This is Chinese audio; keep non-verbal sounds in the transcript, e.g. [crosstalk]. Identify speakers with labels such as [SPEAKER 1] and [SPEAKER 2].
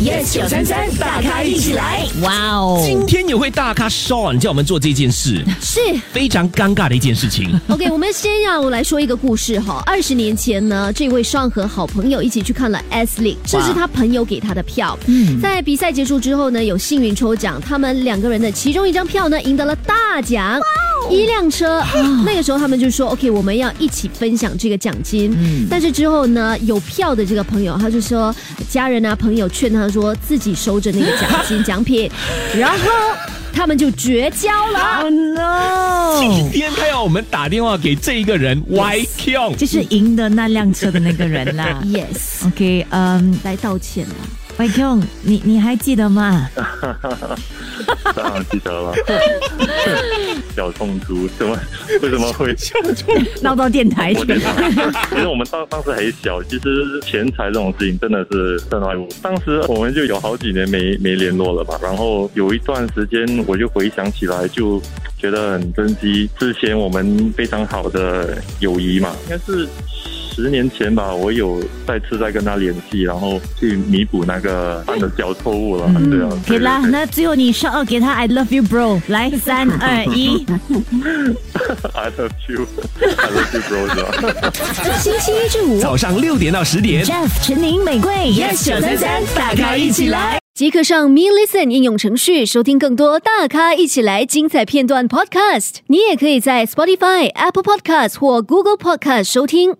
[SPEAKER 1] yes 九三三，大咖一起来。
[SPEAKER 2] 哇哦，
[SPEAKER 3] 今天也会大咖 Sean 叫我们做这件事，
[SPEAKER 2] 是
[SPEAKER 3] 非常尴尬的一件事情。
[SPEAKER 2] OK，我们先要来说一个故事哈。二十年前呢，这位上和好朋友一起去看了 S League，这是他朋友给他的票。嗯，在比赛结束之后呢，有幸运抽奖，他们两个人的其中一张票呢，赢得了大奖。一辆车，啊那个时候他们就说 OK，我们要一起分享这个奖金。但是之后呢，有票的这个朋友他就说，家人啊朋友劝他说自己收着那个奖金奖品，然后他们就绝交
[SPEAKER 1] [laughs]
[SPEAKER 2] 了。。
[SPEAKER 1] Oh no！
[SPEAKER 3] 今天他要我们打电话给这一个人 Y Q，
[SPEAKER 1] 就是赢的那辆车的那个人啦
[SPEAKER 2] Yes， [laughs]
[SPEAKER 1] OK，嗯、
[SPEAKER 2] 来道歉了。啊
[SPEAKER 1] w y k o n g 你你还记得吗？
[SPEAKER 4] 当然记得了。小冲突，怎么为什么会？
[SPEAKER 1] 闹到电台
[SPEAKER 4] 我
[SPEAKER 1] 去
[SPEAKER 4] 觉
[SPEAKER 1] 了。
[SPEAKER 4] 得，其实我们当当时还小，其实钱财这种事情真的是身外物。当时我们就有好几年没没联络了吧，然后有一段时间我就回想起来，就觉得很珍惜之前我们非常好的友谊嘛，应该是。十年前吧，我有再次再跟他联系，然后去弥补那个犯的小错误了。对啊，
[SPEAKER 1] 给嗯啦，
[SPEAKER 4] 对对对
[SPEAKER 1] 那最后你上二给他 I love you bro，来三二一，
[SPEAKER 2] [laughs]
[SPEAKER 4] [laughs] I love you，I love you bro，是吧？
[SPEAKER 2] 星期一至五
[SPEAKER 3] 早上六点到十点
[SPEAKER 1] Jeff、陈宁、玫瑰
[SPEAKER 2] ，yes 九三三，大咖一起来。即刻上 Me Listen 应用程序收听更多大咖一起来精彩片段 Podcast。你也可以在 Spotify、Apple Podcast 或 Google Podcast 收听。